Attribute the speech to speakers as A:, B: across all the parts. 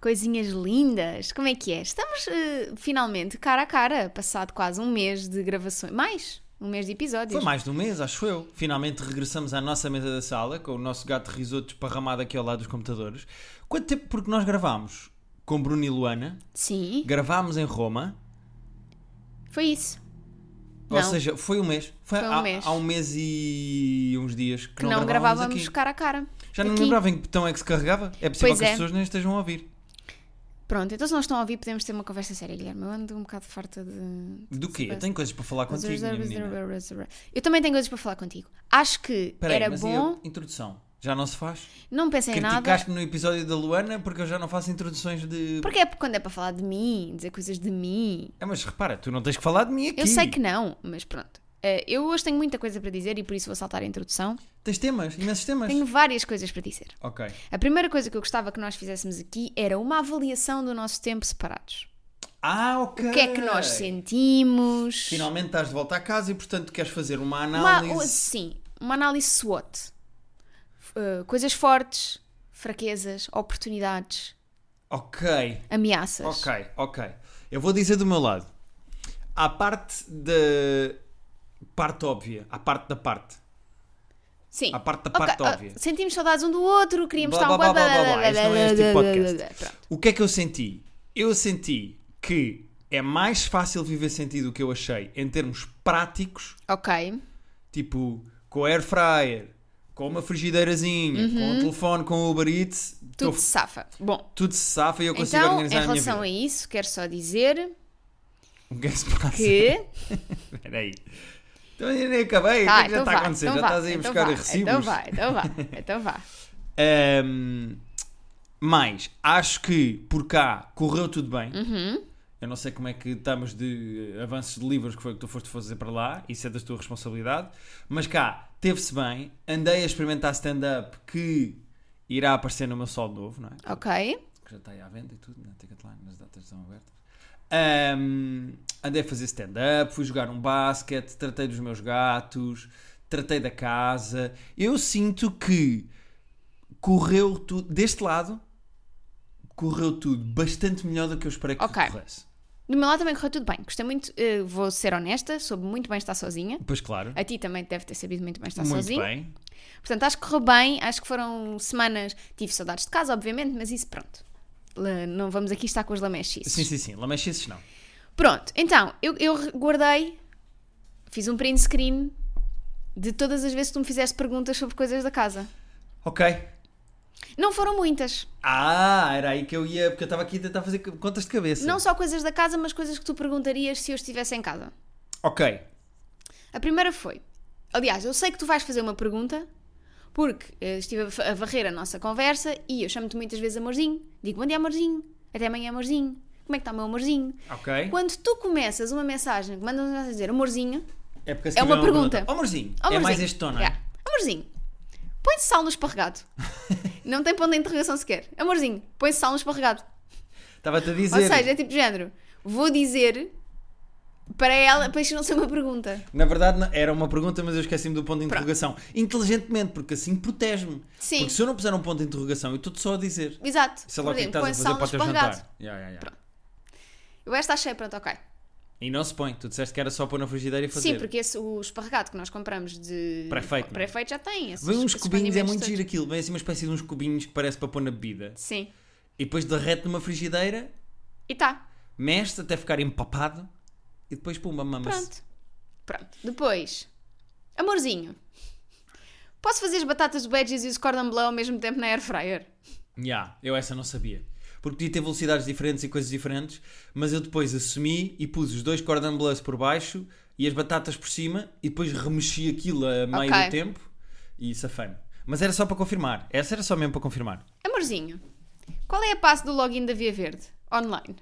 A: coisinhas lindas. Como é que é? Estamos eh, finalmente cara a cara, passado quase um mês de gravações. Mais? Um mês de episódios.
B: Foi mais de um mês, acho eu. Finalmente regressamos à nossa mesa da sala com o nosso gato risoto esparramado aqui ao lado dos computadores. Quanto tempo? Porque nós gravámos com Bruno e Luana,
A: Sim,
B: gravámos em Roma,
A: foi isso.
B: ou
A: Não.
B: seja, foi um mês. Foi,
A: Foi um
B: há,
A: mês.
B: há um mês e uns dias que,
A: Que não, gravávamos
B: aqui.
A: cara a cara.
B: Já não
A: aqui.
B: lembrava em que botão é que se carregava? É possível
A: Pois
B: que as
A: é.
B: pessoas nem estejam a ouvir.
A: Pronto, então se não estão a ouvir, podemos ter uma conversa séria, Guilherme. Eu ando um bocado farta de.
B: Do quê?
A: é.
B: Eu tenho coisas para falar contigo, minha menina.
A: Eu também tenho coisas para falar contigo. Acho que
B: Peraí,
A: era
B: mas e a
A: bom.
B: introdução? Já não se faz?
A: Não pensei em nada.
B: Criticaste-me no episódio da Luana porque eu já não faço introduções de...
A: Porque é quando é para falar de mim, dizer coisas de mim.
B: É, mas repara, tu não tens que falar de mim aqui.
A: Eu sei que não, mas pronto. Eh, Eu hoje tenho muita coisa para dizer e por isso vou saltar a introdução.
B: Tens temas, imensos temas.
A: Tenho várias coisas para dizer.
B: Ok.
A: A primeira coisa que eu gostava que nós fizéssemos aqui era uma avaliação do nosso tempo separados.
B: Ah, ok.
A: O que é que nós sentimos?
B: Finalmente estás de volta à casa e, portanto, queres fazer uma
A: Uma-
B: análise.
A: sim, uma análise SWOT. Eh, coisas fortes, fraquezas, oportunidades,
B: Ok,
A: ameaças.
B: ok, ok. Eu vou dizer do meu lado. À parte da. Parte óbvia. À parte da parte.
A: Sim.
B: À parte da
A: Ok,
B: parte
A: ah,
B: óbvia.
A: sentimos saudades um do outro, queríamos
B: Blá,
A: estar um
B: blá,
A: blá,
B: blá, blá,
A: blá,
B: blá. Este não é este tipo de podcast.
A: blá, blá.
B: O que é que eu senti? Eu senti que é mais fácil viver sem ti do que eu achei em termos práticos,
A: Ok.
B: tipo com a air fryer, com uma frigideirazinha, com o telefone, com o Uber Eats,
A: Uhum. Tudo
B: tô-
A: se safa. Bom,
B: tudo se safa e eu consigo
A: então, em
B: organizar a minha vida.
A: relação a isso, quero só dizer
B: O que é que se passa?
A: que.
B: Espera aí. Então ainda nem acabei. o que é que já
A: então
B: está
A: vá,
B: a acontecer?
A: então
B: já
A: vá,
B: estás aí a
A: então
B: buscar
A: vá,
B: recibos?
A: Então vá, então vá, então vá.
B: Ahm, mas acho que por cá correu tudo bem.
A: Uhum.
B: Eu não sei como é que estamos de eh, avanços de livros que foi o que tu foste fazer para lá, isso é da tua responsabilidade. Mas cá, teve-se bem. Andei a experimentar stand-up que irá aparecer no meu sol novo, não é?
A: Ok.
B: que já está aí à venda e tudo, na Ticketline, nas datas estão abertas. Ahm, andei a fazer stand-up, fui jogar um basquete, tratei dos meus gatos, tratei da casa. Eu sinto que correu tudo, deste lado, correu tudo bastante melhor do que eu esperei que
A: Ok.
B: corresse.
A: Do meu lado também correu tudo bem. Gostei muito, eh, vou ser honesta, soube muito bem estar sozinha.
B: Pois claro,
A: A ti também deve ter sabido muito bem estar
B: muito
A: sozinha.
B: bem.
A: Portanto, acho que correu bem, acho que foram semanas. Tive saudades de casa, obviamente, mas isso pronto. L- Não vamos aqui estar com os lamechices.
B: Sim, sim, sim, lamechices não.
A: Pronto, então, eu, eu guardei, fiz um print screen de todas as vezes que tu me fizeste perguntas sobre coisas da casa.
B: Ok.
A: Não foram muitas.
B: Ah, era aí que eu ia, porque eu estava aqui a tentar fazer contas de cabeça.
A: Não só coisas da casa, mas coisas que tu perguntarias se eu estivesse em casa.
B: Ok,
A: A primeira foi. Aliás, eu sei que tu vais fazer uma pergunta, porque eh, estive a fa- a varrer a nossa conversa e eu chamo-te muitas vezes amorzinho. Digo bom dia, amorzinho. Até amanhã, amorzinho. Como é que está o meu amorzinho?
B: ok.
A: Quando tu começas uma mensagem que mandas uma mensagem a dizer amorzinho,
B: É, porque se
A: É uma
B: tiver
A: pergunta.
B: Oh, amorzinho,
A: amorzinho.
B: é mais este tom, não é?
A: Yeah. Amorzinho, põe sal no esparregado. não tem ponto de interrogação sequer. Amorzinho, põe sal no esparregado.
B: Estava-te a dizer.
A: Ou seja, é tipo de género. Vou dizer para ela, para isto não ser uma pergunta.
B: Na verdade, não- era uma pergunta, mas eu esqueci-me do ponto de interrogação. Inteligentemente, porque assim protege-me.
A: Sim.
B: Porque se eu não puser um ponto de interrogação, eu estou só a dizer.
A: Exato.
B: Sei lá o
A: Por
B: que é que
A: exemplo,
B: estás
A: põe sal
B: a fazer para o teu
A: no esparregado.
B: jantar. Ya, ya, ya.
A: Eu esta achei, pronto, ok.
B: E não se põe. Tu disseste que era só pôr na frigideira e fazer.
A: Sim, porque esse, o esparregado que nós compramos de
B: Pré-feito, não é?
A: pré-feito já tem. Esses,
B: Vem uns
A: esses
B: cubinhos, é
A: condimentos
B: muito
A: todos.
B: giro aquilo. Vem assim uma espécie de uns cubinhos que parece para pôr na bebida.
A: Sim.
B: E depois derrete numa frigideira,
A: E tá.
B: mexe até ficar empapado. E depois, pumba, mama-se.
A: Pronto. Pronto. Depois. Amorzinho. Posso fazer as batatas do Badges e os cordon bleu ao mesmo tempo na air fryer?
B: Ya, eu essa não sabia. Porque podia ter velocidades diferentes e coisas diferentes, mas eu depois assumi e pus os dois cordon bleus por baixo e as batatas por cima e depois remexi aquilo a meio
A: Ok.
B: do tempo e safei-me. Mas era só para confirmar. Essa era só mesmo para confirmar.
A: Amorzinho. Qual é a passe do login da Via Verde? Online.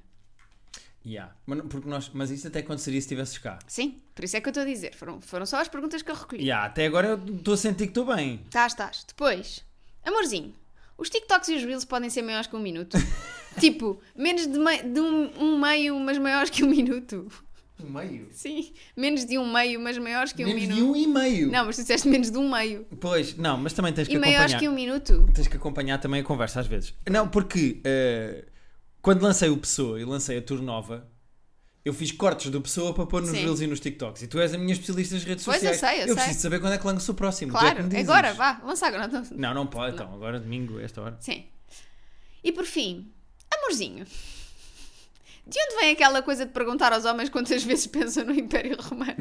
B: Ya. Mas, não- porque nós, mas isso até aconteceria se estivesses cá.
A: Sim. Por isso é que eu estou a dizer. Foram, foram só as perguntas que eu recolhi.
B: Ya, até agora eu estou a sentir que estou bem.
A: Estás, Tá, estás. Depois, amorzinho, os TikToks e os Reels podem ser maiores que um minuto. tipo, menos de, mei- de um, um meio, mas maiores que um minuto.
B: Um meio?
A: Sim, menos de um meio, mas maiores que um
B: Menos
A: minuto.
B: de um e meio.
A: Não, mas tu disseste menos de um meio.
B: Pois, não, mas também tens que
A: E maiores
B: acompanhar.
A: que um minuto.
B: Tens que acompanhar também a conversa às vezes. Não, porque eh, Quando lancei o Pessoa e lancei a Tour Nova, eu fiz cortes do Pessoa para pôr nos
A: Sim.
B: Reels e nos TikToks. E tu és a minha especialista nas redes
A: Pois, eu
B: sociais.
A: sei, eu sei.
B: preciso saber quando é que lanço o próximo. Tu é que
A: Claro,
B: me dizes.
A: agora, vá, lança agora. Não, não.
B: Não, não pode, então. Agora domingo, a esta hora.
A: Sim. E por fim, amorzinho. De onde vem aquela coisa de perguntar aos homens quantas vezes pensam no Império Romano?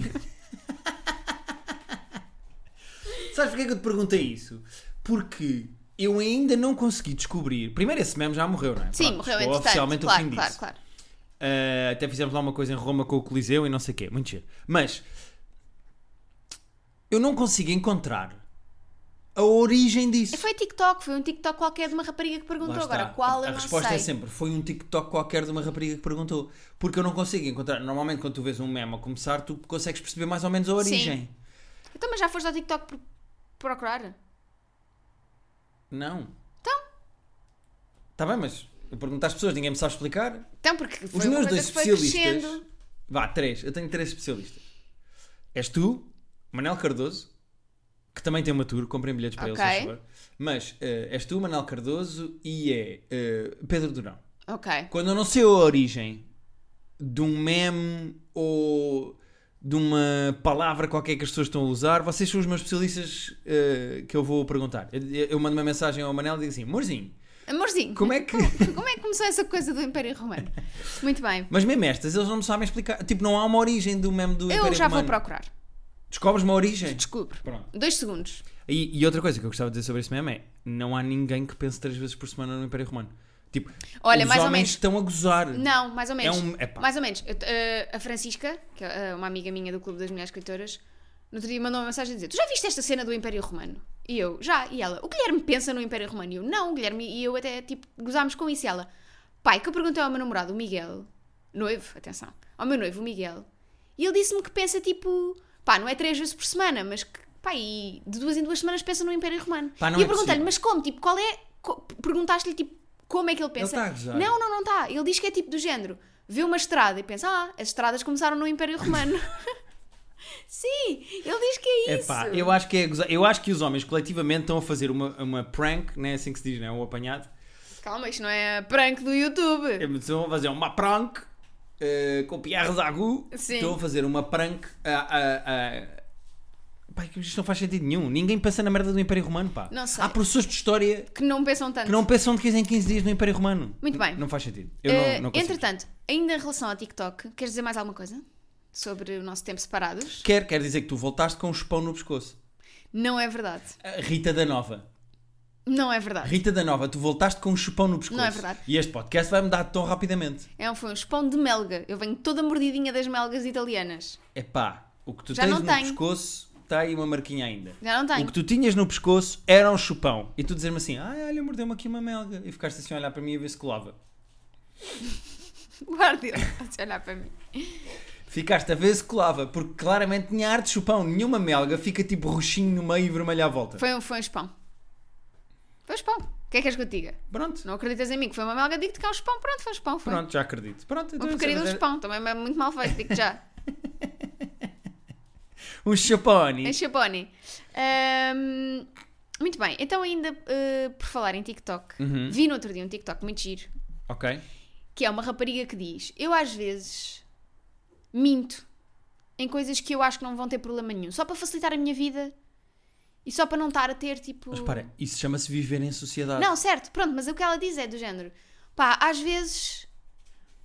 B: Sabes porquê que eu te perguntei isso? Porque eu ainda não consegui descobrir. Primeiro, esse meme já morreu, não é?
A: Sim,
B: Pronto,
A: morreu
B: chegou
A: entretanto.
B: oficialmente o
A: Claro,
B: fim
A: claro,
B: disso.
A: claro.
B: Uh, até fizemos lá uma coisa em Roma com o Coliseu e não sei o quê. Muito giro. Mas eu não consigo encontrar a origem disso.
A: Foi TikTok, foi um TikTok qualquer de uma rapariga que
B: Lá
A: perguntou
B: está.
A: agora qual, eu
B: a
A: não
B: resposta
A: sei.
B: é sempre foi um TikTok qualquer de uma rapariga que perguntou. Porque eu não consigo encontrar. Normalmente, quando tu vês um meme a começar, tu consegues perceber mais ou menos a origem.
A: Então, mas já foste ao TikTok pro- procurar?
B: Não.
A: Então?
B: Está bem, mas eu pergunto às pessoas, ninguém me sabe explicar.
A: Então, porque foi
B: Os
A: uma
B: meus
A: coisa
B: dois
A: que foi
B: especialistas.
A: crescendo.
B: Vá, três. Eu tenho três especialistas. És tu, Manel Cardoso, que também tem uma tour, comprem bilhetes para
A: Ok.
B: eles, por favor. Mas eh, és tu, Manel Cardoso e é eh, Pedro Durão.
A: Ok.
B: Quando eu não sei a origem de um meme ou de uma palavra qualquer que as pessoas estão a usar, vocês são os meus especialistas eh, que eu vou perguntar. Eu, eu mando uma mensagem ao Manel e digo assim: Morzinho,
A: Amorzinho,
B: como é que.
A: como é que começou essa coisa do Império Romano? Muito bem.
B: Mas mesmo estas, eles não me sabem explicar. Tipo, não há uma origem do meme do
A: Eu
B: Império
A: já vou
B: Romano.
A: procurar.
B: Descobres uma origem.
A: Descubro.
B: Pronto.
A: Dois segundos.
B: E, e outra coisa que eu gostava de dizer sobre esse meme é: não há ninguém que pense três vezes por semana no Império Romano. Tipo,
A: Olha,
B: os
A: mais ou
B: homens
A: menos.
B: estão a gozar.
A: Não, mais ou menos.
B: É um- epá.
A: mais ou menos. Eu, eh, a Francisca, que é eh, uma amiga minha do Clube das Mulheres Escritoras, no outro dia mandou uma mensagem a dizer: Tu já viste esta cena do Império Romano? E eu, já. E ela, o Guilherme pensa no Império Romano? E eu, não, o Guilherme e eu até tipo gozámos com isso. E ela, pai, que eu perguntei ao meu namorado, o Miguel, noivo, atenção, ao meu noivo, o Miguel, e ele disse-me que pensa tipo, pá, não é três vezes por semana, mas que, pá, e de duas em duas semanas pensa no Império Romano.
B: Pá, não
A: e eu
B: é
A: perguntei-lhe,
B: possível.
A: mas como? Tipo, qual é. co- Perguntaste-lhe, tipo, como é que ele pensa?
B: tá a gozar.
A: não, não, não, não está. Ele diz que é tipo do género. Vê uma estrada e pensa, ah, as estradas começaram no Império Romano. Sim, ele diz que é isso.
B: Epá, eu acho que é gozar. Eu acho que os homens coletivamente estão a fazer uma, uma prank, não é assim que se diz, não é? Um apanhado.
A: Calma, isto não é prank do YouTube.
B: É, Estão a fazer uma prank eh, com Pierre Zagu.
A: Sim.
B: Estão a fazer uma prank a. a, a... Pá, é que isto não faz sentido nenhum. Ninguém pensa na merda do Império Romano, pá.
A: Não sei.
B: Há professores de história
A: Que não pensam tanto.
B: que não pensam de 15 em 15 dias no Império Romano.
A: Muito bem.
B: Não faz sentido. Eu
A: Eh,
B: não, não consigo.
A: entretanto, ainda em relação ao TikTok, queres dizer mais alguma coisa? Sobre o nosso tempo separados?
B: Quer, quer dizer que tu voltaste com um chupão no pescoço.
A: Não é verdade.
B: Ah, Rita da Nova.
A: Não é verdade.
B: Rita da Nova, tu voltaste com um chupão no pescoço.
A: Não é verdade.
B: E este podcast vai mudar de tom rapidamente.
A: É um, foi um espão de melga. Eu venho toda mordidinha das melgas italianas.
B: Epá, o que tu
A: Já
B: tens
A: não
B: no
A: tenho.
B: pescoço está aí uma marquinha ainda.
A: Já não
B: O
A: tenho.
B: que tu tinhas no pescoço era um chupão. E tu dizes-me assim, ah, olha, mordeu-me aqui uma melga. E ficaste assim a olhar para mim a ver se colava.
A: Guarda ele. a olhar para mim.
B: Ficaste a ver se colava, porque claramente tinha ar de chupão. Nenhuma melga fica tipo roxinho no meio e vermelho à volta.
A: Foi um, foi um espão. Foi um espão. O que é que és que eu te diga?
B: Pronto,
A: Não acreditas em mim que foi uma melga, digo-te que é um espão. Pronto, foi um espão. Foi.
B: pronto, já acredito. Pronto,
A: Um
B: então,
A: porcaria de um
B: mas era-
A: espão. Também é muito mal feito, digo já.
B: um chupone.
A: Em Chaboni. Ahm, muito bem. Então ainda eh, por falar em TikTok.
B: Uhum.
A: Vi no outro dia um TikTok muito giro.
B: Ok.
A: Que é uma rapariga que diz... Eu às vezes minto em coisas que eu acho que não vão ter problema nenhum. Só para facilitar a minha vida. E só para não estar a ter tipo...
B: Mas para, isso chama-se viver em sociedade.
A: Não, certo, pronto, mas o que ela diz é do género: pá, às vezes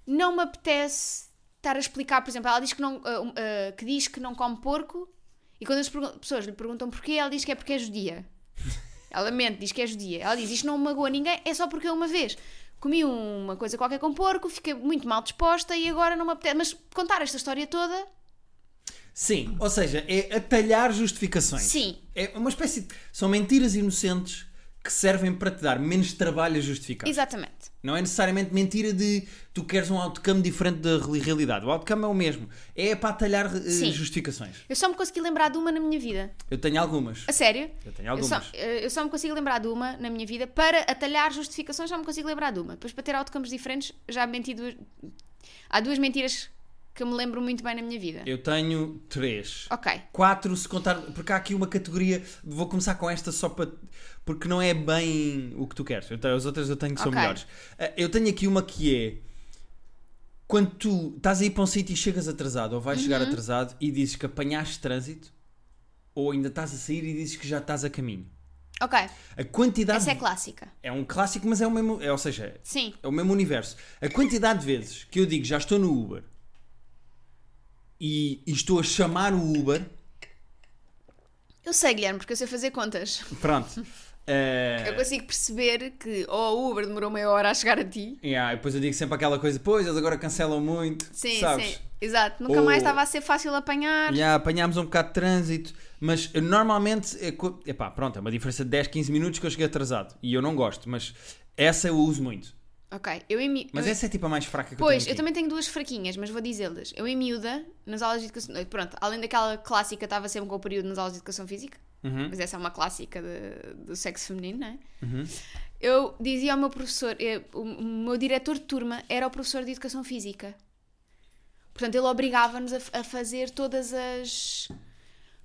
A: não me apetece estar a explicar, por exemplo, ela diz que não, ah, um, ah, que, diz que não come porco e quando as pergun- pessoas lhe perguntam porquê, ela diz que é porque é judia. Ela mente, diz que é judia. Ela diz: Isto não magoa ninguém, é só porque eu uma vez comi uma coisa qualquer com porco, fiquei muito mal disposta e agora não me apetece. Mas contar esta história toda,
B: Sim, ou seja, é atalhar justificações.
A: Sim.
B: É uma espécie de... São mentiras inocentes que servem para te dar menos trabalho a justificar.
A: exatamente.
B: Não é necessariamente mentira de tu queres um outcome diferente da re- realidade. O outcome é o mesmo. É para atalhar eh,
A: Sim.
B: justificações.
A: Eu só me consegui lembrar de uma na minha vida.
B: Eu tenho algumas.
A: A sério?
B: Eu tenho
A: Eu só,
B: algumas.
A: eh, eu só me consigo lembrar de uma na minha vida. Para atalhar justificações, já me consigo lembrar de uma. Depois, para ter outcomes diferentes, já menti duas. Há duas mentiras que eu me lembro muito bem na minha vida.
B: Eu tenho três.
A: Ok.
B: Quatro, se contar. Porque há aqui uma categoria. Vou começar com esta só para. Porque não é bem o que tu queres. Eu tenho- as outras eu tenho que são
A: Ok.
B: melhores. Ah, Eu tenho aqui uma que é. Quando tu estás aí para um sítio e chegas atrasado, ou vais
A: Uhum.
B: chegar atrasado, e dizes que apanhaste trânsito, ou ainda estás a sair e dizes que já estás a caminho.
A: Ok.
B: A quantidade.
A: Essa é
B: de-
A: clássica.
B: é um clássico, mas é o mesmo. É, ou seja,
A: Sim.
B: é o mesmo universo. A quantidade de vezes que eu digo já estou no Uber e, e estou a chamar o Uber,
A: Eu sei, Guilherme, porque eu sei fazer contas.
B: pronto.
A: Eu
B: eh,
A: consigo perceber que ou a Uber demorou meia hora a chegar a ti.
B: yeah, e depois eu digo sempre aquela coisa, pois eles agora cancelam muito,
A: Sim,
B: sabes?
A: sim. Exato. Nunca
B: Ou-
A: mais estava a ser fácil apanhar.
B: Já apanhámos um bocado de trânsito, mas eu normalmente, é co- epá, pronto, é uma diferença de 10, 15 minutos que eu cheguei atrasado e eu não gosto, mas essa eu uso muito.
A: Ok. Eu em mi-
B: Mas
A: eu-
B: essa é tipo a mais fraca que
A: Pois, eu
B: eu tenho. aqui.
A: também tenho duas fraquinhas, mas vou dizê-las. Eu em miúda, nas aulas de educação. Pronto, além daquela clássica, estava sempre com o período nas aulas de educação física.
B: Uhum.
A: Mas essa é uma clássica de- do sexo feminino, não é? Eu dizia ao meu professor, eh, o o meu diretor de turma era o professor de educação física. Portanto, ele obrigava-nos a, f- a fazer todas as.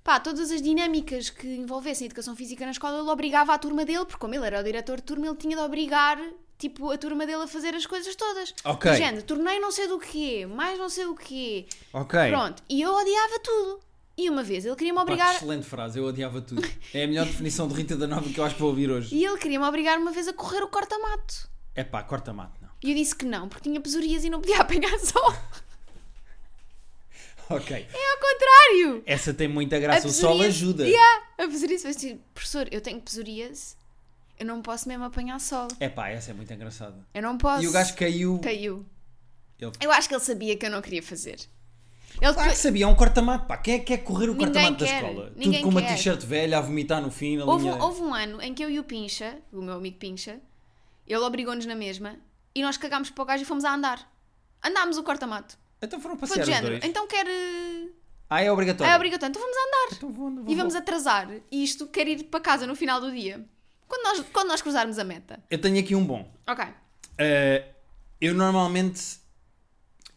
A: Pá, todas as dinâmicas que envolvessem a educação física na escola, ele obrigava a turma dele, porque como ele era o diretor de turma, ele tinha de obrigar, tipo, a turma dele a fazer as coisas todas.
B: Ok.
A: Do género, torneio não sei do quê, mais não sei o quê.
B: Ok.
A: Pronto. E eu odiava tudo. E uma vez ele queria-me
B: Pá, que
A: obrigar.
B: excelente frase, eu odiava tudo. É a melhor definição de Rita da Nova que eu acho que vou ouvir hoje.
A: E ele queria-me obrigar uma vez a correr o corta-mato.
B: É pá, corta mato, não.
A: E eu disse que não, porque tinha pesorias e não podia apanhar sol.
B: Ok.
A: É ao contrário!
B: Essa tem muita
A: A
B: graça, o sol
A: pesorias-
B: ajuda.
A: Yeah, a pesorias, mas tipo, professor, eu tenho pesorias, eu não posso mesmo apanhar sol.
B: É pá, essa é muito engraçada.
A: Eu não posso.
B: E o gajo caiu.
A: caiu.
B: Ele-
A: Eu acho que ele sabia que eu não queria fazer. Ele
B: Claro que sabia, é um corta-mato, pá. Quem é que quer correr o
A: Ninguém
B: corta-mato da
A: quer,
B: escola?
A: ninguém
B: Tudo com uma
A: quer.
B: t-shirt velha a vomitar no fim, na
A: Houve,
B: linha.
A: houve um ano em que eu e o Pincha, o meu amigo Pincha, ele obrigou-nos na mesma e nós cagámos para o gajo e fomos a andar. Andámos o corta-mato.
B: Então foram
A: Foi
B: passear
A: de
B: os
A: género.
B: dois.
A: Então quer. eh,
B: Ah, é obrigatório.
A: Ah, é obrigatório. Então vamos andar.
B: Então vou, vou,
A: e vamos
B: vou.
A: atrasar. E isto quer ir para casa no final do dia. Quando nós, quando nós cruzarmos a meta.
B: Eu tenho aqui um bom.
A: Ok.
B: Eh, eu normalmente...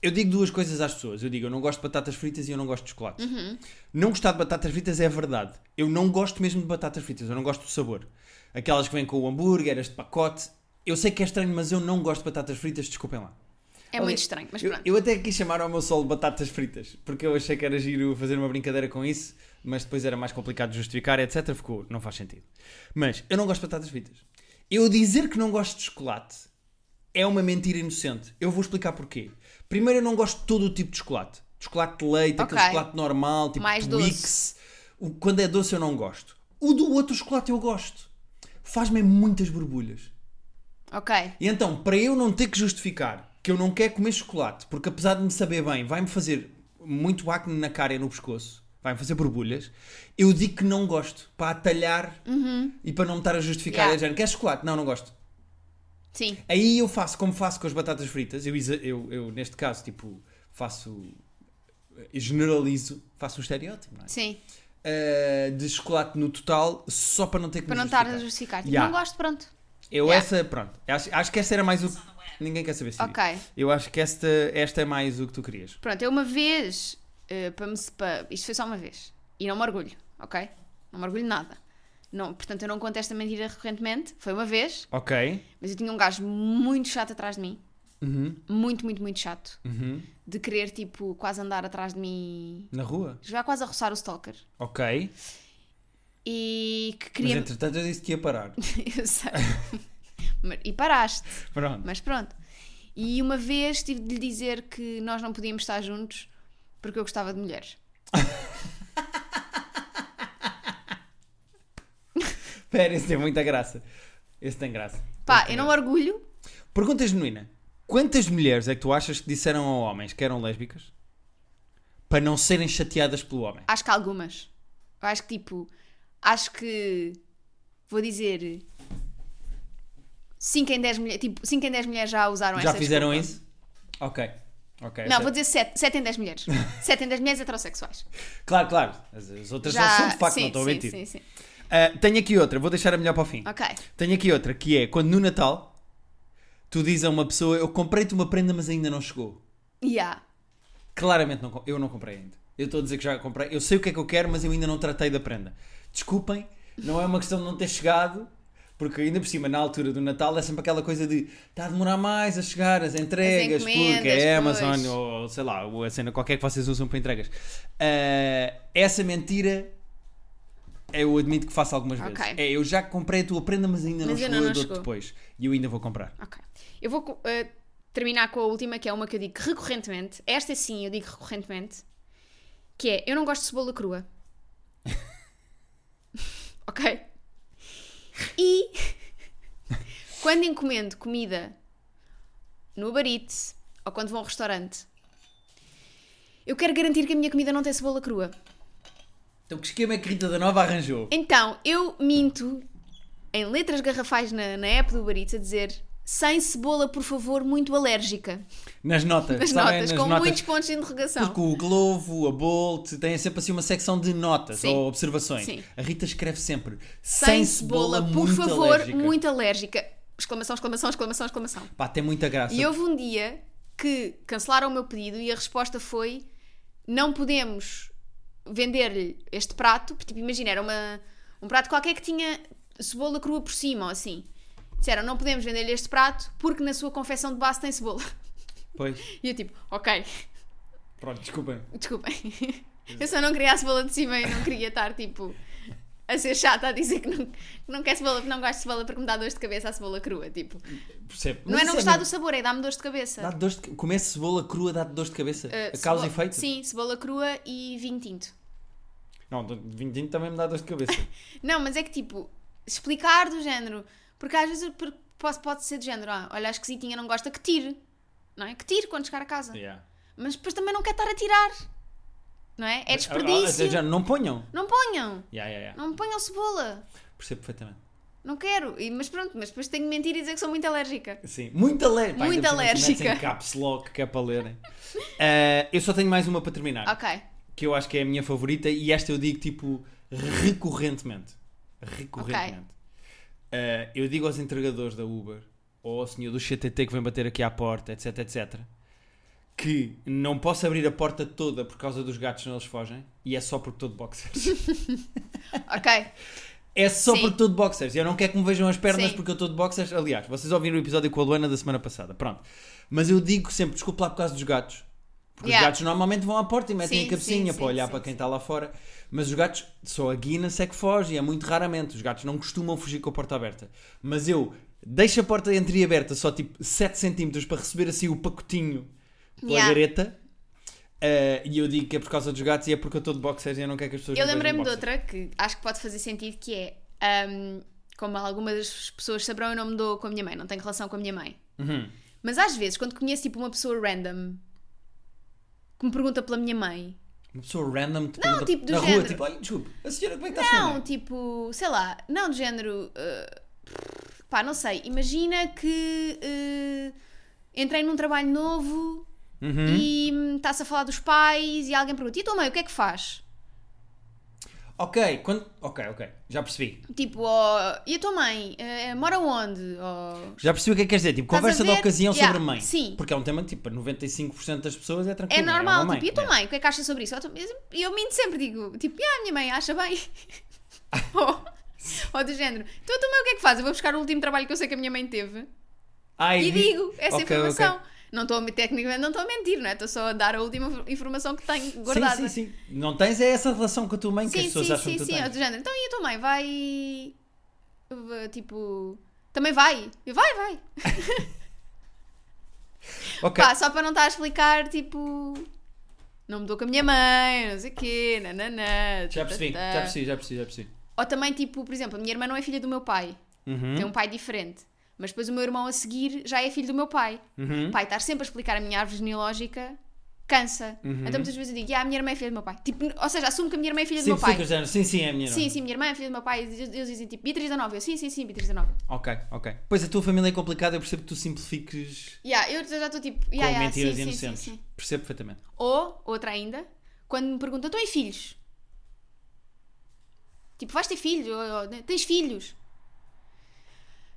B: Eu digo duas coisas às pessoas. Eu digo, eu não gosto de batatas fritas e eu não gosto de chocolate.
A: Uhum.
B: Não gostar de batatas fritas é verdade. Eu não gosto mesmo de batatas fritas, eu não gosto do sabor. Aquelas que vêm com o hambúrguer, este pacote. Eu sei que é estranho, mas eu não gosto de batatas fritas, desculpem lá.
A: É
B: Olha,
A: muito estranho, mas
B: eu,
A: pronto.
B: eu até quis chamar ao meu solo batatas fritas, porque eu achei que era giro fazer uma brincadeira com isso, mas depois era mais complicado de justificar, etc. Ficou, não faz sentido. Mas eu não gosto de batatas fritas. Eu dizer que não gosto de chocolate é uma mentira inocente. Eu vou explicar porquê. Primeiro, eu não gosto de todo o tipo de chocolate. De chocolate de leite, aquele
A: Ok.
B: chocolate normal, tipo
A: Mais
B: Twix. O- quando é doce eu não gosto. O do outro chocolate eu gosto. Faz-me muitas borbulhas.
A: Ok.
B: E então, para eu não ter que justificar que eu não quero comer chocolate, porque apesar de me saber bem, vai-me fazer muito acne na cara e no pescoço, vai-me fazer borbulhas, eu digo que não gosto, para atalhar e para não me estar a justificar.
A: Yeah.
B: É do género, queres chocolate? Não, não gosto.
A: Sim.
B: Aí eu faço como faço com as batatas fritas, eu, exa- eu, eu, neste caso, tipo, faço, eh, generalizo, faço um estereótipo, não é?
A: Sim.
B: Eh, de chocolate no total, só para não ter que
A: Para
B: me
A: não estar a justificar. Tipo,
B: Yeah.
A: Não gosto, pronto.
B: Eu
A: Yeah.
B: essa, pronto. Acho, acho que essa era mais o. Ninguém quer saber se
A: Ok.
B: Eu acho que esta, esta é mais o que tu querias.
A: Pronto, eu uma vez. eh, para me, se- para, isto foi só uma vez. E não me orgulho, ok? Não me orgulho de nada. Não, portanto, eu não conto esta mentira recorrentemente. Foi uma vez.
B: Ok.
A: Mas eu tinha um gajo muito chato atrás de mim.
B: Uhum.
A: Muito, muito, muito chato.
B: Uhum.
A: De querer, tipo, quase andar atrás de mim.
B: Na rua?
A: Já quase a roçar o stalker.
B: Ok.
A: E que
B: Mas
A: queria.
B: entretanto eu disse que ia parar.
A: Eu sei. Mas- e paraste,
B: Pronto.
A: mas pronto. E uma vez tive de lhe dizer que nós não podíamos estar juntos porque eu gostava de mulheres.
B: Espera, esse tem muita graça. Esse tem graça.
A: Pá,
B: Esse tem
A: eu não me
B: graça.
A: orgulho.
B: Pergunta genuína. Quantas mulheres é que tu achas que disseram a homens que eram lésbicas para não serem chateadas pelo homem?
A: Acho que algumas. Eu acho que tipo. Acho que. Vou dizer. 5 em 10 mulheres. Tipo, 5 em 10 mulheres já usaram
B: Já
A: essa
B: fizeram
A: desculpa.
B: isso? Ok. Ok.
A: Não,
B: essa-
A: vou dizer 7, em 10 mulheres. 7 em 10 mulheres heterossexuais.
B: Claro, claro. As, as outras não são de facto,
A: sim,
B: não estou a
A: sim,
B: mentir.
A: Sim, sim.
B: Ah, tenho aqui outra, vou deixar a melhor para o fim.
A: Ok.
B: Tenho aqui outra, que é quando no Natal tu dizes a uma pessoa: Eu comprei-te uma prenda, mas ainda não chegou.
A: Yeah.
B: Claramente não, com- eu não comprei ainda. Eu estou a dizer que já comprei. Eu sei o que é que eu quero, mas eu ainda não tratei da prenda. Desculpem, não é uma questão de não ter chegado, porque ainda por cima, na altura do Natal, é sempre aquela coisa de está a demorar mais a chegar as entregas, porque é
A: encomendas,
B: Amazon
A: pois.
B: ou sei lá, ou a cena qualquer que vocês usam para entregas. Ah, essa mentira eu admito que faço algumas vezes.
A: Ok.
B: É, eu já comprei a tua prenda, mas ainda não
A: Mas ainda
B: chegou,
A: não
B: eu dou
A: chegou.
B: depois. E eu ainda vou comprar.
A: Ok. Eu vou co- eh, terminar com a última, que é uma que eu digo recorrentemente. Esta sim, eu digo recorrentemente. Que é, eu não gosto de cebola crua. ok? E quando encomendo comida no Uber Eats, ou quando vou a um restaurante, eu quero garantir que a minha comida não tem cebola crua.
B: Então que esquema é que Rita da Nova arranjou?
A: Então, eu minto em letras garrafais na, na app do Uber Eats a dizer sem cebola, por favor, muito alérgica.
B: Nas notas,
A: Nas
B: sabem?
A: notas,
B: Nas
A: com
B: notas.
A: muitos pontos de interrogação.
B: Porque o Glovo, a Bolt, têm sempre assim uma secção de notas
A: Sim.
B: ou observações.
A: Sim.
B: A Rita escreve sempre sem,
A: Sem
B: cebola,
A: cebola, por
B: muito
A: favor,
B: alérgica.
A: muito alérgica. Exclamação, exclamação, exclamação, exclamação.
B: Pá, tem muita graça.
A: E houve um dia que cancelaram o meu pedido e a resposta foi: não podemos vender-lhe este prato. Porque, tipo, imagina, era uma, um prato qualquer que tinha cebola crua por cima ou assim. Disseram: não podemos vender-lhe este prato porque na sua confecção de base tem cebola.
B: Pois,
A: E eu, tipo, ok,
B: pronto, desculpem.
A: desculpem. Eu só não queria a cebola de cima e não queria estar, tipo, a ser chata a dizer que não, que não quer cebola, que não gosto de cebola porque me dá dor de cabeça a cebola crua. Tipo,
B: Percebo.
A: não
B: Mas
A: é não
B: isso
A: gostar do
B: mesmo-
A: sabor, é dá-me dor de cabeça.
B: Dá dor de... Comer cebola crua dá-te dor de cabeça.
A: Eh,
B: a causa
A: cebola-
B: e efeito?
A: Sim, cebola crua e vinho tinto.
B: Não, do- vinho tinto também me dá dor de cabeça.
A: Não, mas é que tipo, explicar do género, porque às vezes eu per- posso, pode ser do género, ah, olha, a esquisitinha não gosta que tire, não é? Que tire quando chegar a casa.
B: yeah. Ah,
A: Mas depois também não quer estar a tirar, não é? É desperdício.
B: ah, Já não ponham.
A: Não ponham,
B: Yeah, yeah, yeah.
A: não me ponham cebola,
B: Percebo perfeitamente.
A: não quero. E- mas pronto, mas depois tenho que mentir e dizer que sou muito alérgica.
B: Sim, muito alérgica.
A: Muito alérgica.
B: Em caps lock, que é para lerem. Eh, eu só tenho mais uma para terminar,
A: Ok,
B: que eu acho que é a minha favorita e esta eu digo tipo recorrentemente. Recorrentemente. Eh, eu digo aos entregadores da Uber ou ao senhor do CTT que vem bater aqui à porta, etc, etc, que não posso abrir a porta toda por causa dos gatos, senão eles fogem, e é só porque todo boxer.
A: ok.
B: É só
A: Sim.
B: porque estou de boxers. Eu não quero que me vejam as pernas
A: Sim.
B: porque eu estou de boxers. Aliás, vocês ouviram o episódio com a Luana da semana passada. Pronto. Mas eu digo sempre, desculpa lá por causa dos gatos. Porque
A: Yeah.
B: os gatos normalmente vão à porta e metem
A: Sim,
B: a cabecinha
A: sim, sim,
B: para olhar
A: sim,
B: para
A: sim.
B: quem está lá fora. Mas os gatos, só a Guinness é que foge e é muito raramente. Os gatos não costumam fugir com a porta aberta. Mas eu deixo a porta entreaberta só tipo 7 centímetros para receber assim o pacotinho pela
A: Yeah.
B: gareta. Eh, e eu digo que é por causa dos gatos e é porque eu estou de boxers e eu não quero que as pessoas
A: Eu
B: me vejam
A: lembrei-me de
B: boxers.
A: outra que acho que pode fazer sentido, que é, ahm, como algumas das pessoas saberão, eu não me dou com a minha mãe, não tenho relação com a minha mãe.
B: Uhum.
A: Mas às vezes, quando conheço tipo uma pessoa random que me pergunta pela minha mãe,
B: Uma pessoa random que te pergunta
A: tipo, do
B: na rua,
A: género.
B: tipo, olha, desculpe, a senhora como é que está a
A: não,
B: sua mãe?
A: tipo, sei lá, não do género. eh, pá, não sei. Imagina que eh, entrei num trabalho novo e hum, está-se a falar dos pais e alguém pergunta: e a tua mãe, o que é que faz?
B: Ok, quando... ok, ok, já percebi.
A: Tipo, ó, e a tua mãe? Eh, mora onde? Oh, Ó,
B: Já percebi o que é que queres dizer, tipo,
A: Estás a
B: conversa da
A: ver?
B: ocasião
A: Yeah,
B: sobre a mãe.
A: sim.
B: Porque é um tema, tipo, para 95% das pessoas é tranquilo.
A: é
B: uma
A: normal,
B: mãe.
A: tipo,
B: né?
A: e a tua
B: Yeah.
A: mãe, o que é que achas sobre isso? Ó, tu- E eu minto sempre, digo, tipo, ah, a minha mãe acha bem. ou, ou do género, então a tua mãe o que é que faz? Eu vou buscar o último trabalho que eu sei que a minha mãe teve
B: Ai,
A: e
B: Ah, vi-
A: digo essa
B: Ok,
A: informação.
B: ok.
A: Não estou a me- tecnicamente não estou a mentir, não é? Estou só a dar a última informação que tenho guardada.
B: Sim, sim, sim. Não tens é essa relação com a tua mãe que as pessoas acham
A: sim,
B: que tu
A: sim,
B: tens.
A: é do género. Então e a tua mãe vai vai, tipo também vai? Eu, Vai, vai.
B: Ok,
A: Pá, só para não estar a explicar, tipo, não me dou com a minha mãe, não sei o quê, nananã.
B: já percebi,
A: tatatá.
B: já percebi, já percebi, já percebi.
A: Ou também, tipo, por exemplo, a minha irmã não é filha do meu pai.
B: Uhum,
A: Tem um pai diferente. Mas depois o meu irmão a seguir já é filho do meu pai.
B: uhum.
A: Pai, estar sempre a explicar a minha árvore genealógica cansa.
B: Uhum.
A: Então muitas vezes eu digo, ah, a minha irmã é filha do meu pai. Tipo, ou seja, assumo que a minha irmã é filha do
B: Sim,
A: meu pai.
B: fica o género. sim, sim, é a minha irmã.
A: Sim, sim, minha irmã é filha do meu pai. Eles eles dizem tipo, Beatriz da Nova. Eu, sim, sim, sim, Beatriz da Nova.
B: Ok, ok. Pois a tua família é complicada, eu percebo que tu simplifiques
A: Yeah, eu já estou tipo,
B: com
A: yeah, yeah, sim,
B: mentiras
A: sim, sim,
B: inocentes.
A: sim.
B: Percebo perfeitamente.
A: Ou, outra ainda, quando me perguntam, tu tens filhos? né, Tipo, vais ter filhos? Ou, ou, tens filhos?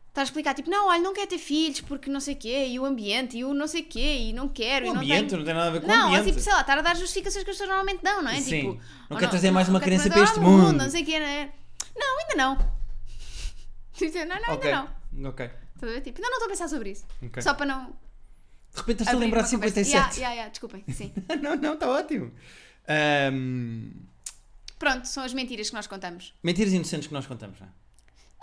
A: Estás a explicar, tipo, não, olha, não quero ter filhos porque não sei quê, e o ambiente, e o não sei quê, e não quero,
B: O
A: e não
B: ambiente
A: tenho...
B: não tem nada a ver com o
A: Não, ou
B: ambiente.
A: tipo, sei lá, estar a dar justificações que as pessoas normalmente dão, não é?
B: Sim.
A: Tipo, oh,
B: Não quero trazer mais uma
A: não quero
B: criança
A: trazer
B: para este
A: ao mundo.
B: mundo.
A: Não sei o quê, não é? Não, ainda não. Tipo, não, não,
B: Ok,
A: ainda não.
B: ok,
A: Estás a ver? Tipo, não, não estou a pensar sobre isso.
B: ok.
A: Só para não.
B: De repente estás a
A: abrir
B: lembrar
A: uma
B: de
A: conversa.
B: 57.
A: Ya, ya, ya, desculpem, sim.
B: não, não, está ótimo. Ahm,
A: Pronto, são as mentiras que nós contamos.
B: mentiras inocentes que nós contamos, não é?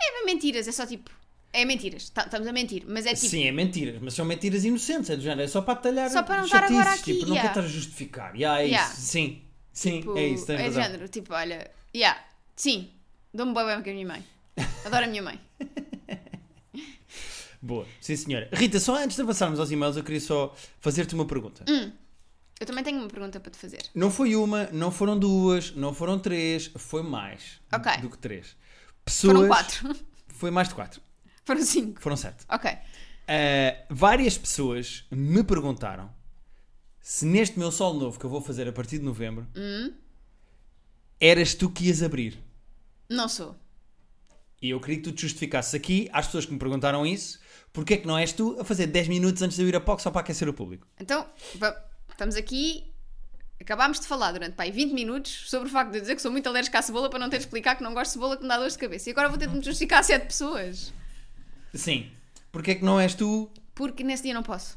A: É bem mentiras, é só tipo. É mentiras, tá- estamos a mentir, mas é tipo.
B: Sim, é mentiras, mas são mentiras inocentes, é do género, é só para talhar
A: Só para não estar agora aqui,
B: tipo, não
A: yeah.
B: quero estar a justificar. Yeah, é
A: Yeah.
B: isso, sim, sim,
A: tipo,
B: é isso, tens
A: de
B: razão.
A: género, tipo, olha, yeah, sim, dou-me bem bem com a minha mãe. Adoro a minha mãe.
B: Boa, sim senhora. Rita, só antes de avançarmos aos e-mails, eu queria só fazer-te uma pergunta.
A: Hum. Eu também tenho uma pergunta para te fazer.
B: Não foi uma, não foram duas, não foram três, foi mais
A: Ok.
B: do que três.
A: Foram
B: Pessoas-
A: quatro.
B: Foi mais de quatro,
A: Foram cinco.
B: foram sete.
A: Ok.
B: Uh, várias pessoas me perguntaram se neste meu sol novo que eu vou fazer a partir de novembro
A: Hum?
B: eras tu que ias abrir.
A: Não sou.
B: E eu queria que tu te justificasses aqui às pessoas que me perguntaram isso. Porque é que não és tu a fazer 10 minutos antes de eu ir a POC só para aquecer o público?
A: Então, va- estamos aqui. Acabámos de falar durante pá, aí 20 minutos sobre o facto de eu dizer que sou muito alérgica à cebola para não ter de explicar que não gosto de cebola que me dá dor de cabeça. E agora vou ter de me justificar a sete pessoas.
B: Sim. Porque é que não és tu
A: Porque nesse dia não posso.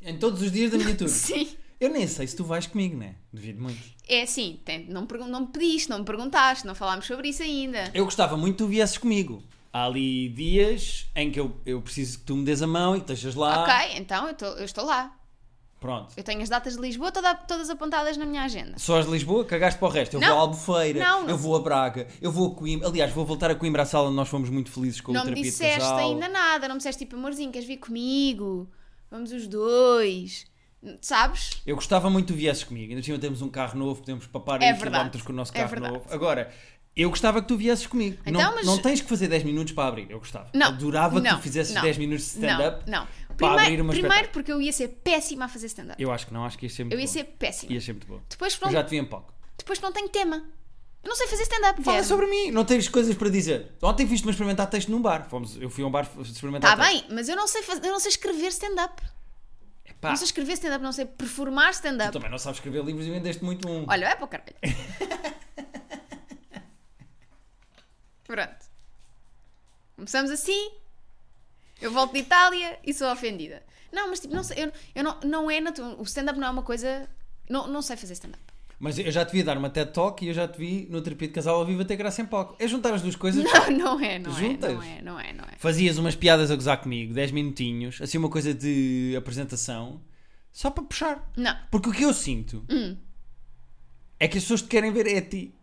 B: em todos os dias da minha turma?
A: Sim.
B: Eu nem sei se tu vais comigo, né? Duvido muito.
A: É assim, tem- não, me pergun- não me pediste, não me perguntaste, não falámos sobre isso ainda.
B: Eu gostava muito que tu viesses comigo. Há ali dias em que eu, eu preciso que tu me dês a mão e que estejas lá.
A: Ok, então eu, tô- eu estou lá.
B: Pronto.
A: Eu tenho as datas de Lisboa toda- todas apontadas na minha agenda.
B: Só as de Lisboa, cagaste para o resto. Eu
A: Não.
B: vou à Albufeira,
A: Não, não.
B: eu vou a Braga, eu vou a Coimbra. Aliás, vou voltar a Coimbra à sala onde nós fomos muito felizes com o
A: não me
B: terapia
A: disseste
B: de casal.
A: ainda nada, não me disseste tipo, amorzinho, queres vir comigo? Vamos os dois. Sabes?
B: Eu gostava muito que tu viesses comigo. Ainda por cima temos um carro novo, podemos papar
A: É
B: aí
A: verdade.
B: quilómetros com o nosso
A: É
B: carro
A: verdade.
B: novo. Agora, eu gostava que tu viesses comigo.
A: Então,
B: não,
A: mas-
B: não tens que fazer 10 minutos para abrir. Eu gostava.
A: Não.
B: Adorava que
A: não,
B: tu fizesses
A: não,
B: 10 minutos de stand-up.
A: Não, não.
B: para
A: Primeiro,
B: abrir uma
A: primeiro
B: espetáculo.
A: porque eu ia ser péssima a fazer stand-up. Eu,
B: Eu acho que não, acho que ia ser muito
A: ia
B: bom.
A: ser péssima.
B: Ia ser muito bom.
A: Depois, que
B: Eu
A: não,
B: já te vi em pouco.
A: depois que não tenho tema. Eu não sei fazer stand-up.
B: Fala
A: Guilherme.
B: sobre mim, não tens coisas para dizer. Ontem viste-me experimentar texto num bar. Fomos, eu fui a um bar experimentar
A: Está
B: texto.
A: Tá bem, mas eu não sei, fazer, eu não sei escrever stand-up.
B: Epá,
A: Não sei escrever stand-up, não sei performar
B: tu
A: stand-up.
B: também não sabes escrever livros e vendeste muito um.
A: Olha, é para o caralho. Pronto. Começamos assim. Eu volto de Itália e sou ofendida. Não, mas tipo, não sei, eu, eu não, não é natu- O stand-up não é uma coisa. Não, não sei fazer stand-up.
B: Mas eu já te vi dar uma TED Talk e eu já te vi no terapia de casal ao vivo a ter graça em palco. É juntar as duas coisas.
A: Não, não é, não é, não
B: Juntas?
A: é, não é, não é.
B: Fazias umas piadas a gozar comigo, 10 minutinhos, assim uma coisa de apresentação, só para puxar.
A: Não.
B: Porque o que eu sinto
A: Hum.
B: é que as pessoas te querem ver é a ti.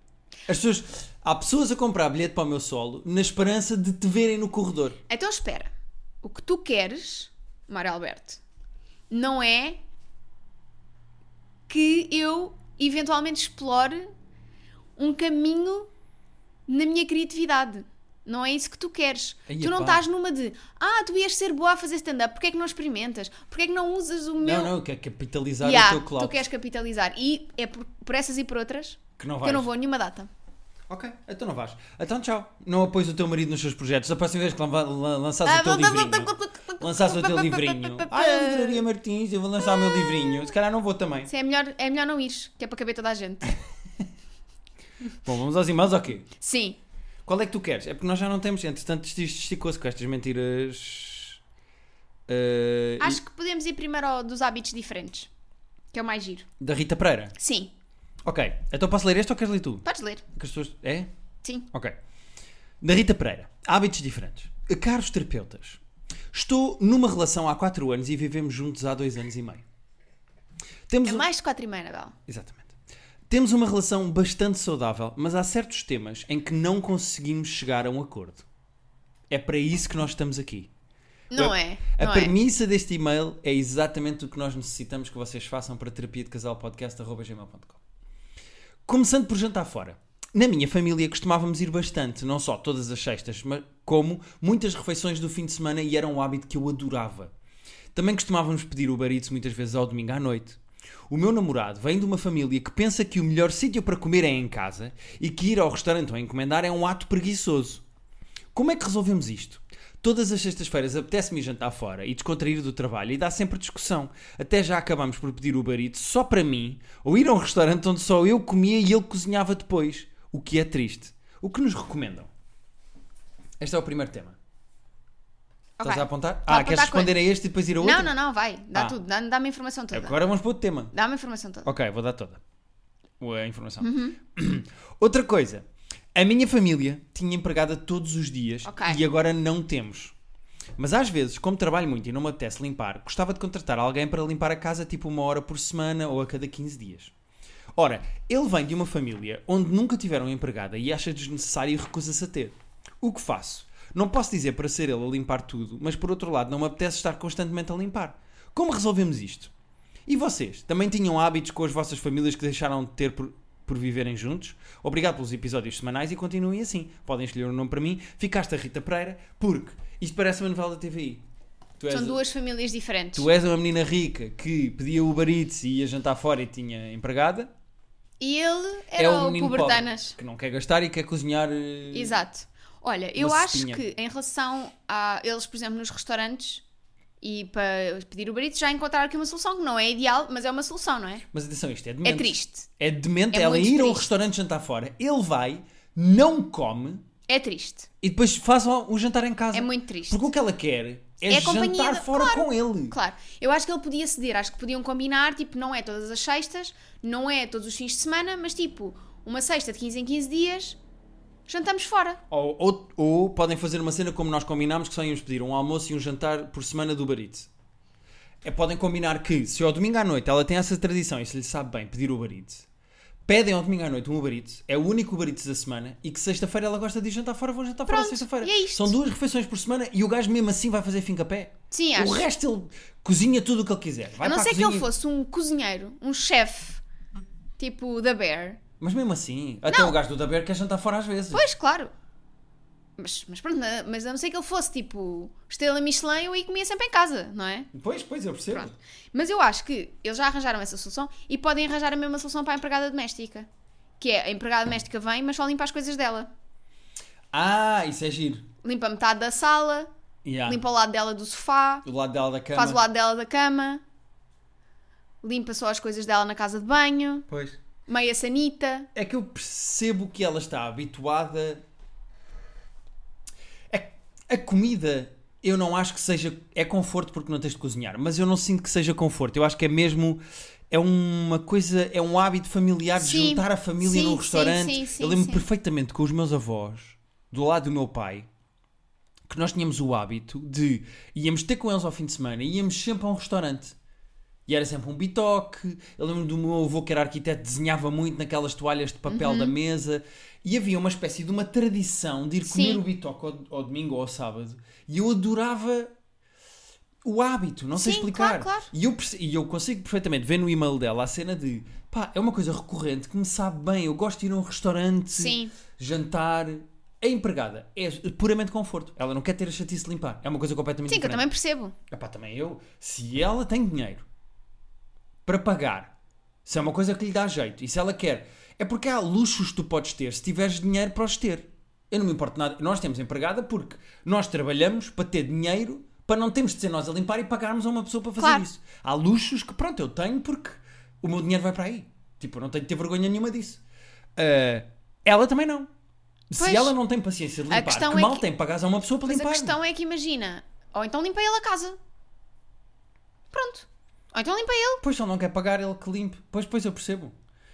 B: As pessoas. Há pessoas a comprar bilhete para o meu solo na esperança de te verem no corredor.
A: Então espera. O que tu queres, Mário Alberto, não é que eu eventualmente explore um caminho na minha criatividade. Não é isso que tu queres.
B: Aí,
A: tu não
B: epá.
A: estás numa de ah, tu ias ser boa a fazer stand-up, porque é que não experimentas? Porque é que não usas o meu.
B: Não, não, quer capitalizar
A: Yeah,
B: o teu clout.
A: tu queres capitalizar. E é por, por essas e por outras
B: Que não
A: que
B: vais.
A: eu não vou a nenhuma data.
B: Ok, então não vais. Então tchau. Não apoies o teu marido nos seus projetos. A próxima vez que lan- lan- lançares
A: Ah,
B: o teu livrinho. lançasse o teu livrinho. Ah, é a Livraria Martins, eu vou lançar o meu livrinho. Se calhar não vou também.
A: Sim, é melhor, é melhor não ir, que é para caber toda a gente.
B: Bom, vamos aos e-mails ou quê?
A: Sim.
B: Qual é que tu queres? É porque nós já não temos, entretanto, isto esticou-se com estas mentiras. eh, e-
A: Acho que podemos ir primeiro ao dos hábitos diferentes, que é o mais giro.
B: Da Rita Pereira.
A: Sim.
B: Ok, então posso ler este ou queres ler tu?
A: Podes ler.
B: Que as pessoas- É?
A: Sim.
B: Ok. Da Rita Pereira. Hábitos diferentes. Caros terapeutas, estou numa relação há 4 anos e vivemos juntos há 2 anos e meio. Temos
A: É
B: um-
A: mais de 4 e meia, Anabel.
B: Exatamente. Temos uma relação bastante saudável, mas há certos temas em que não conseguimos chegar a um acordo. É para isso que nós estamos aqui.
A: Não
B: A-
A: é?
B: A
A: Não é?
B: premissa deste e-mail é exatamente o que nós necessitamos que vocês façam para terapia de casal podcast.gmail.com. Começando por jantar fora. Na minha família costumávamos ir bastante, não só todas as sextas, mas como muitas refeições do fim de semana e era um hábito que eu adorava. Também costumávamos pedir Uber Eats muitas vezes ao domingo à noite. O meu namorado vem de uma família que pensa que o melhor sítio para comer é em casa e que ir ao restaurante ou encomendar é um ato preguiçoso. Como é que resolvemos isto? Todas as sextas-feiras apetece-me ir jantar fora e descontrair do trabalho e dá sempre discussão. Até já acabamos por pedir o barito só para mim ou ir a um restaurante onde só eu comia e ele cozinhava depois, o que é triste. O que nos recomendam? Este é o primeiro tema.
A: Ok.
B: Estás a apontar?
A: Estou a
B: Ah, queres
A: apontar
B: responder a este e depois ir a outro?
A: Não, não, não, vai. Dá
B: Ah.
A: tudo. Dá- Dá-me a informação toda.
B: Agora vamos para outro tema.
A: Dá-me a informação toda. Uhum.
B: Ok, vou dar toda a informação. Outra coisa. A minha família tinha empregada todos os dias
A: Ok.
B: e agora não temos. Mas às vezes, como trabalho muito e não me apetece limpar, gostava de contratar alguém para limpar a casa tipo uma hora por semana ou a cada 15 dias. Ora, ele vem de uma família onde nunca tiveram empregada e acha desnecessário e recusa-se a ter. O que faço? Não posso dizer para ser ele a limpar tudo, mas por outro lado não me apetece estar constantemente a limpar. Como resolvemos isto? E vocês? Também tinham hábitos com as vossas famílias que deixaram de ter por, por viverem juntos? Obrigado pelos episódios semanais e continuem assim. Podem escolher um nome para mim. Ficaste a Rita Pereira, porque isto parece uma novela da TVI. Tu és
A: São
B: a-
A: duas famílias diferentes.
B: Tu és uma menina rica que pedia Uber Eats e ia jantar fora e tinha empregada.
A: E ele
B: É,
A: era
B: o
A: o
B: menino
A: Cobertanas.
B: pobre, que não quer gastar e quer cozinhar. eh,
A: Exato. Olha, eu acho
B: cestinha.
A: que em relação a eles, por exemplo, nos restaurantes e para pedir o barito, já encontraram aqui uma solução que não é ideal, mas é uma solução, não é?
B: Mas atenção, isto é
A: É
B: demente.
A: triste.
B: É demente
A: É
B: ela ir
A: muito
B: a um
A: triste.
B: restaurante jantar fora. Ele vai, não come
A: É triste.
B: e depois faz o o jantar em casa.
A: É muito triste.
B: Porque o que ela quer é,
A: É a companhia
B: jantar
A: da-
B: fora com ele.
A: Claro. Eu acho que ele podia ceder, acho que podiam combinar, tipo, não é todas as sextas, não é todos os fins de semana, mas tipo, uma sexta de 15 em 15 dias, jantamos fora.
B: Ou, ou- ou podem fazer uma cena como nós combinámos, que só íamos pedir um almoço e um jantar por semana do barite. É, podem combinar que, se ao domingo à noite ela tem essa tradição e se lhe sabe bem pedir o barite, pedem ao domingo à noite um Uber Eats, é o único Uber Eats da semana, e que sexta-feira ela gosta de ir jantar fora, vão jantar fora
A: Pronto,
B: sexta-feira.
A: e é isto.
B: São duas refeições por semana e o gajo mesmo assim vai fazer fincapé.
A: Sim,
B: O
A: acho.
B: resto ele cozinha tudo o que ele quiser. Vai
A: a não
B: para
A: ser que
B: cozinha
A: ele
B: e-
A: fosse um cozinheiro, um chefe, tipo da Bear.
B: Mas mesmo assim, até o gajo do Daber quer jantar fora às vezes.
A: Pois, claro. Mas, mas pronto, na- mas a não ser que ele fosse tipo estrela Michelin, eu ia comia sempre em casa, não é?
B: Pois, pois, eu percebo.
A: Pronto. Mas eu acho que eles já arranjaram essa solução e podem arranjar a mesma solução para a empregada doméstica. Que é, a empregada doméstica vem, mas só limpa as coisas dela.
B: Ah, isso é giro.
A: Limpa metade da sala,
B: Yeah.
A: limpa o lado dela do sofá,
B: Do lado dela da Ah. cama.
A: faz o lado dela da cama, limpa só as coisas dela na casa de banho,
B: Pois.
A: meia sanita.
B: É que eu percebo que ela está habituada. A, a comida, eu não acho que seja. É conforto porque não tens de cozinhar, mas eu não sinto que seja conforto. Eu acho que é mesmo. É uma coisa. É um hábito familiar de
A: Sim.
B: juntar a família
A: Sim,
B: num
A: sim,
B: restaurante.
A: sim, sim,
B: eu lembro
A: sim.
B: perfeitamente com os meus avós, do lado do meu pai, que nós tínhamos o hábito de íamos ter com eles ao fim de semana e íamos sempre a um restaurante. E era sempre um bitoque. Eu lembro do meu avô que era arquiteto, desenhava muito naquelas toalhas de papel da mesa. E havia uma espécie de uma tradição de ir comer
A: Uhum. Sim.
B: o bitoque ao, ao domingo ou ao sábado. E eu adorava o hábito, não sei
A: Sim,
B: explicar.
A: claro, claro.
B: E, eu, perce- e eu consigo perfeitamente ver no e-mail dela a cena de pá, é uma coisa recorrente que me sabe bem. Eu gosto de ir a um restaurante,
A: Sim.
B: jantar. A empregada é puramente conforto. Ela não quer ter a chatice de limpar. É uma coisa completamente
A: Sim, que eu
B: diferente.
A: também percebo.
B: Epá, também eu, se ela tem dinheiro para pagar, se é uma coisa que lhe dá jeito e se ela quer, é porque há luxos que tu podes ter se tiveres dinheiro para os ter. Eu não me importo nada, nós temos empregada porque nós trabalhamos para ter dinheiro para não termos de ser nós a limpar e pagarmos a uma pessoa para fazer
A: Claro.
B: isso. Há luxos que, pronto, eu tenho porque o meu dinheiro vai para aí. Tipo, eu não tenho de ter vergonha nenhuma disso. Ah, ela também não.
A: Pois.
B: Se ela não tem paciência de
A: A
B: limpar, que
A: questão é
B: mal
A: que-
B: tem pagares a uma pessoa para
A: Mas
B: limpar.
A: a questão é que imagina, ou então limpa ele a casa. Pronto. Ou então limpa ele.
B: Pois, se ele não quer pagar, ele que limpe. Pois, pois, eu percebo.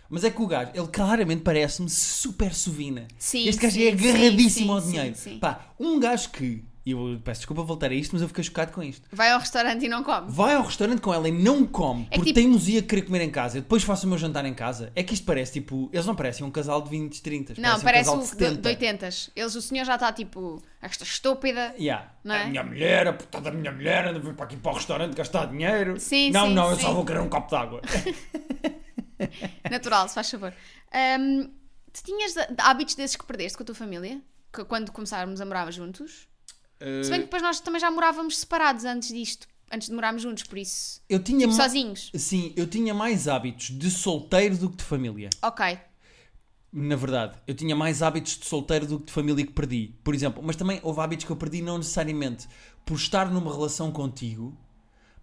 B: Mas é que o gajo, ele claramente parece-me super sovina.
A: Sim,
B: este gajo
A: sim,
B: é agarradíssimo
A: sim,
B: ao
A: sim,
B: dinheiro.
A: sim, sim.
B: Pá, um gajo que, e eu peço desculpa voltar a isto, mas eu fiquei chocado com isto.
A: Vai ao restaurante e não come.
B: Vai ao restaurante com ela e não
A: É
B: come,
A: que
B: porque
A: tipo-
B: teimosia de querer comer em casa. Eu depois faço o meu jantar em casa. É que isto parece tipo, eles não parecem um casal de 20, 30.
A: Não,
B: parecem
A: parece
B: um
A: o
B: casal de 70.
A: de 80. Eles, o senhor já está tipo, esta estúpida.
B: Yeah.
A: Não é?
B: A minha mulher, a putada da minha mulher, anda para aqui para o restaurante gastar dinheiro.
A: Sim,
B: não,
A: sim,
B: não, eu
A: sim.
B: só vou querer um copo de água.
A: Natural, se faz favor. Ahm, tu tinhas de- de hábitos desses que perdeste com a tua família? Que quando começarmos a morar juntos? Se bem que depois nós também já morávamos separados antes disto. Antes de morarmos juntos, por isso.
B: eu tinha
A: Tipo,
B: ma-
A: sozinhos.
B: Sim, eu tinha mais hábitos de solteiro do que de família.
A: Ok.
B: na verdade, eu tinha mais hábitos de solteiro do que de família que perdi, por exemplo. Mas também houve hábitos que eu perdi não necessariamente por estar numa relação contigo,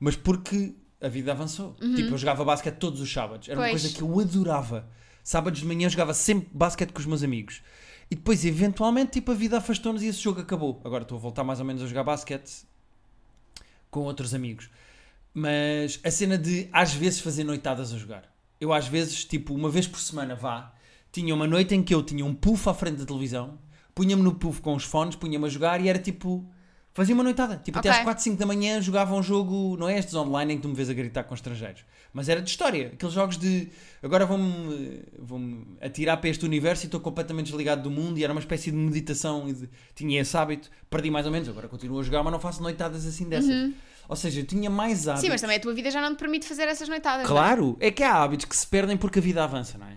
B: mas porque a vida avançou. Tipo, eu jogava basquete todos os sábados. Era uma
A: Pois.
B: coisa que eu adorava. Sábados de manhã eu jogava sempre basquete com os meus amigos. E depois, eventualmente, tipo, a vida afastou-nos e esse jogo acabou. Agora estou a voltar mais ou menos a jogar basquete com outros amigos. Mas a cena de às vezes fazer noitadas a jogar. Eu às vezes, tipo, uma vez por semana vá, tinha uma noite em que eu tinha um puff à frente da televisão, punha-me no puff com os fones, punha-me a jogar e era tipo. Fazia uma noitada. Tipo, até
A: Ok.
B: às 4, 5 da manhã jogava um jogo, não é estes online em que tu me vês a gritar com estrangeiros. Mas era de história. Aqueles jogos de agora vão-me vão atirar para este universo e estou completamente desligado do mundo e era uma espécie de meditação e de- tinha esse hábito. Perdi mais ou menos, agora continuo a jogar, mas não faço noitadas assim dessas. Ou seja, eu tinha mais hábitos.
A: Uhum. Sim, mas também a tua vida já não te permite fazer essas noitadas. não é?
B: Claro, é que há hábitos que se perdem porque a vida avança, não é?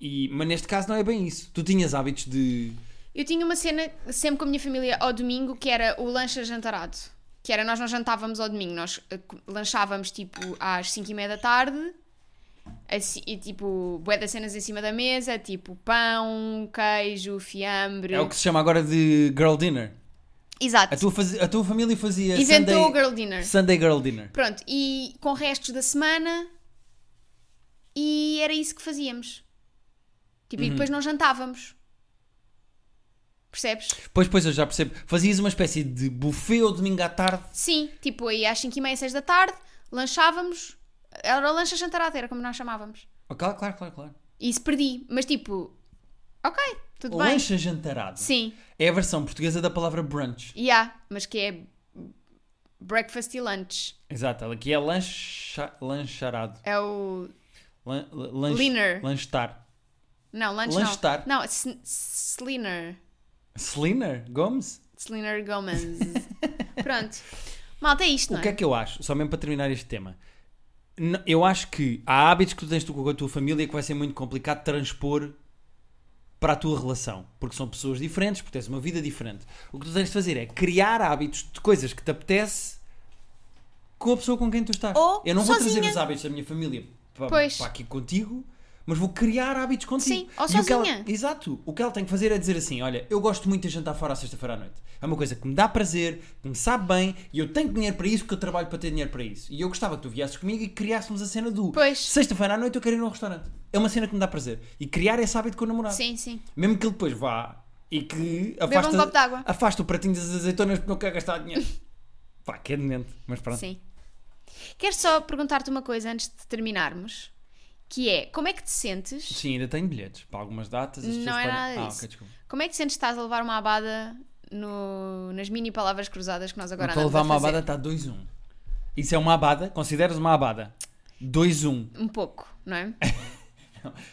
B: E, mas neste caso não é bem isso. Tu tinhas hábitos de.
A: Eu tinha uma cena sempre com a minha família ao domingo que era o lanche jantarado. Que era nós não jantávamos ao domingo, nós eh, co- lanchávamos tipo às 5 e meia da tarde assim, e tipo, bué das cenas em cima da mesa, tipo pão, queijo, fiambre.
B: É o que se chama agora de girl dinner.
A: Exato.
B: A é tua, fazi- a tua família fazia
A: Inventou o
B: Sunday...
A: girl dinner.
B: Sunday girl dinner.
A: Pronto, e com restos da semana. E era isso que fazíamos. Tipo, e depois não jantávamos. Percebes?
B: Pois, pois, eu já percebo. Fazias uma espécie de buffet ao domingo à tarde.
A: Sim, tipo, aí às 5 e meia, 6 da tarde, lanchávamos. Era o lanche a chantarada, era como nós chamávamos.
B: Oh, claro, claro, claro. claro.
A: E isso perdi. Mas tipo, ok, tudo bem.
B: Lancha jantarado.
A: Sim,
B: É a versão portuguesa da palavra brunch.
A: e há, mas que é breakfast e lunch.
B: Exato, aqui é lancha... lancharado.
A: É o.
B: Lan... lan-
A: Liner.
B: Lanchetar.
A: Não, lunch
B: Lanchetar.
A: não. Não, s- sliner.
B: Sliner Gomes?
A: Selena Gomez. Pronto. Malta, é isto, não
B: O que é
A: é?
B: que eu acho? Só mesmo para terminar este tema. N- Eu acho que há hábitos que tu tens com a tua família que vai ser muito complicado transpor para a tua relação. Porque são pessoas diferentes, porque tens uma vida diferente. O que tu tens de fazer é criar hábitos de coisas que te apetece com a pessoa com quem tu estás.
A: Ou
B: eu não vou trazer
A: sozinha.
B: os hábitos da minha família para,
A: Pois.
B: para aqui contigo, mas vou criar hábitos contigo.
A: Sim, ou
B: E o que ela-
A: sozinha.
B: Exato. O que ela tem que fazer é dizer assim: olha, eu gosto muito de jantar fora à sexta-feira à noite. É uma coisa que me dá prazer, que me sabe bem, e eu tenho dinheiro para isso, porque eu trabalho para ter dinheiro para isso. E eu gostava que tu viesses comigo e criássemos a cena do
A: Pois.
B: sexta-feira à noite eu quero ir a um restaurante. É uma cena que me dá prazer. E criar esse hábito com o namorado.
A: Sim, sim.
B: Mesmo que ele depois vá e que
A: um copo de água.
B: afasta o pratinho das azeitonas porque não quer gastar dinheiro. Pá, que é demente, mas pronto.
A: Sim. Quero só perguntar-te uma coisa antes de terminarmos, que é, como é que te sentes?
B: Sim, ainda tenho bilhetes para algumas datas. As
A: Não
B: pessoas
A: é
B: podem-
A: nada
B: Ah,
A: disso.
B: ok, desculpa.
A: Como é que te sentes que estás a levar uma abada no- nas mini palavras cruzadas que nós agora
B: Estou a
A: andamos
B: Então levar uma
A: fazer?
B: abada, está 2-1. Isso é uma abada? Consideras uma abada? 2-1.
A: Um pouco, não é?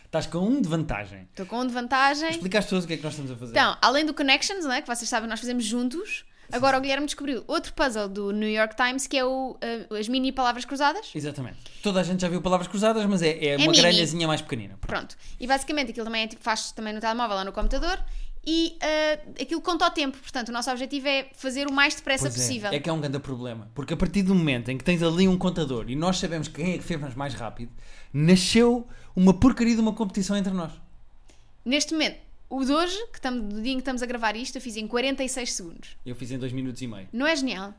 B: Estás com um de vantagem.
A: Estou com um de vantagem.
B: Explica às pessoas o que é que nós estamos a fazer.
A: Então, além do Connections, não é? que vocês sabem, nós fazemos juntos, agora o Guilherme descobriu outro puzzle do New York Times, que é o, eh, as mini palavras cruzadas.
B: Exatamente. Toda a gente já viu palavras cruzadas, mas é, é, uma
A: mini.
B: grelhazinha mais pequenina.
A: Pronto. E basicamente aquilo também é tipo, faz também no telemóvel ou no computador e ah, aquilo conta o tempo. Portanto, o nosso objetivo é fazer o mais depressa
B: Pois é,
A: possível.
B: É, que é um grande problema. Porque a partir do momento em que tens ali um contador e nós sabemos quem é que fez mais rápido, nasceu uma porcaria de uma competição entre nós.
A: Neste momento, o de hoje, que estamos, do dia em que estamos a gravar isto, eu fiz em 46 segundos.
B: Eu fiz em dois minutos e meio.
A: Não é genial?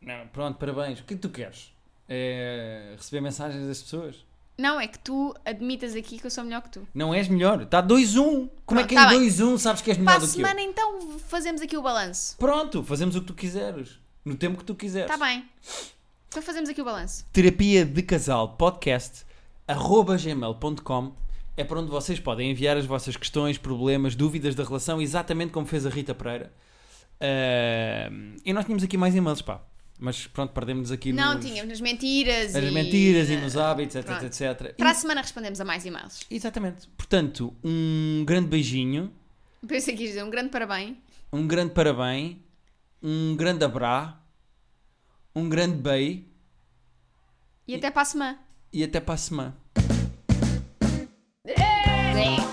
B: Não, pronto, parabéns. O que é que tu queres? É receber mensagens das pessoas?
A: Não, é que tu admitas aqui que eu sou melhor que tu.
B: Não és melhor. Está 2-1. Como é
A: Pronto,
B: que
A: tá
B: em
A: bem.
B: 2-1 sabes que és melhor
A: Para a
B: do que eu?
A: semana, então, fazemos aqui o balanço.
B: Pronto, fazemos o que tu quiseres. No tempo que tu quiseres.
A: Está Tá bem. Então fazemos aqui o balanço.
B: terapia de casal podcast arroba gmail.com é para onde vocês podem enviar as vossas questões, problemas, dúvidas da relação, exatamente como fez a Rita Pereira. Ahm, e nós tínhamos aqui mais e-mails, pá. Mas pronto, perdemos aqui
A: Não,
B: nos,
A: tínhamos nas mentiras
B: nas
A: e...
B: mentiras e nos hábitos, etc,
A: Pronto.
B: etc.
A: Para a semana respondemos a mais e-mails.
B: E- exatamente. Portanto, um grande beijinho,
A: Pensei que ias dizer um grande parabéns.
B: um grande parabéns, um grande abraço, um grande beijo
A: E até para a semana.
B: e até para a semana.
A: Bleh.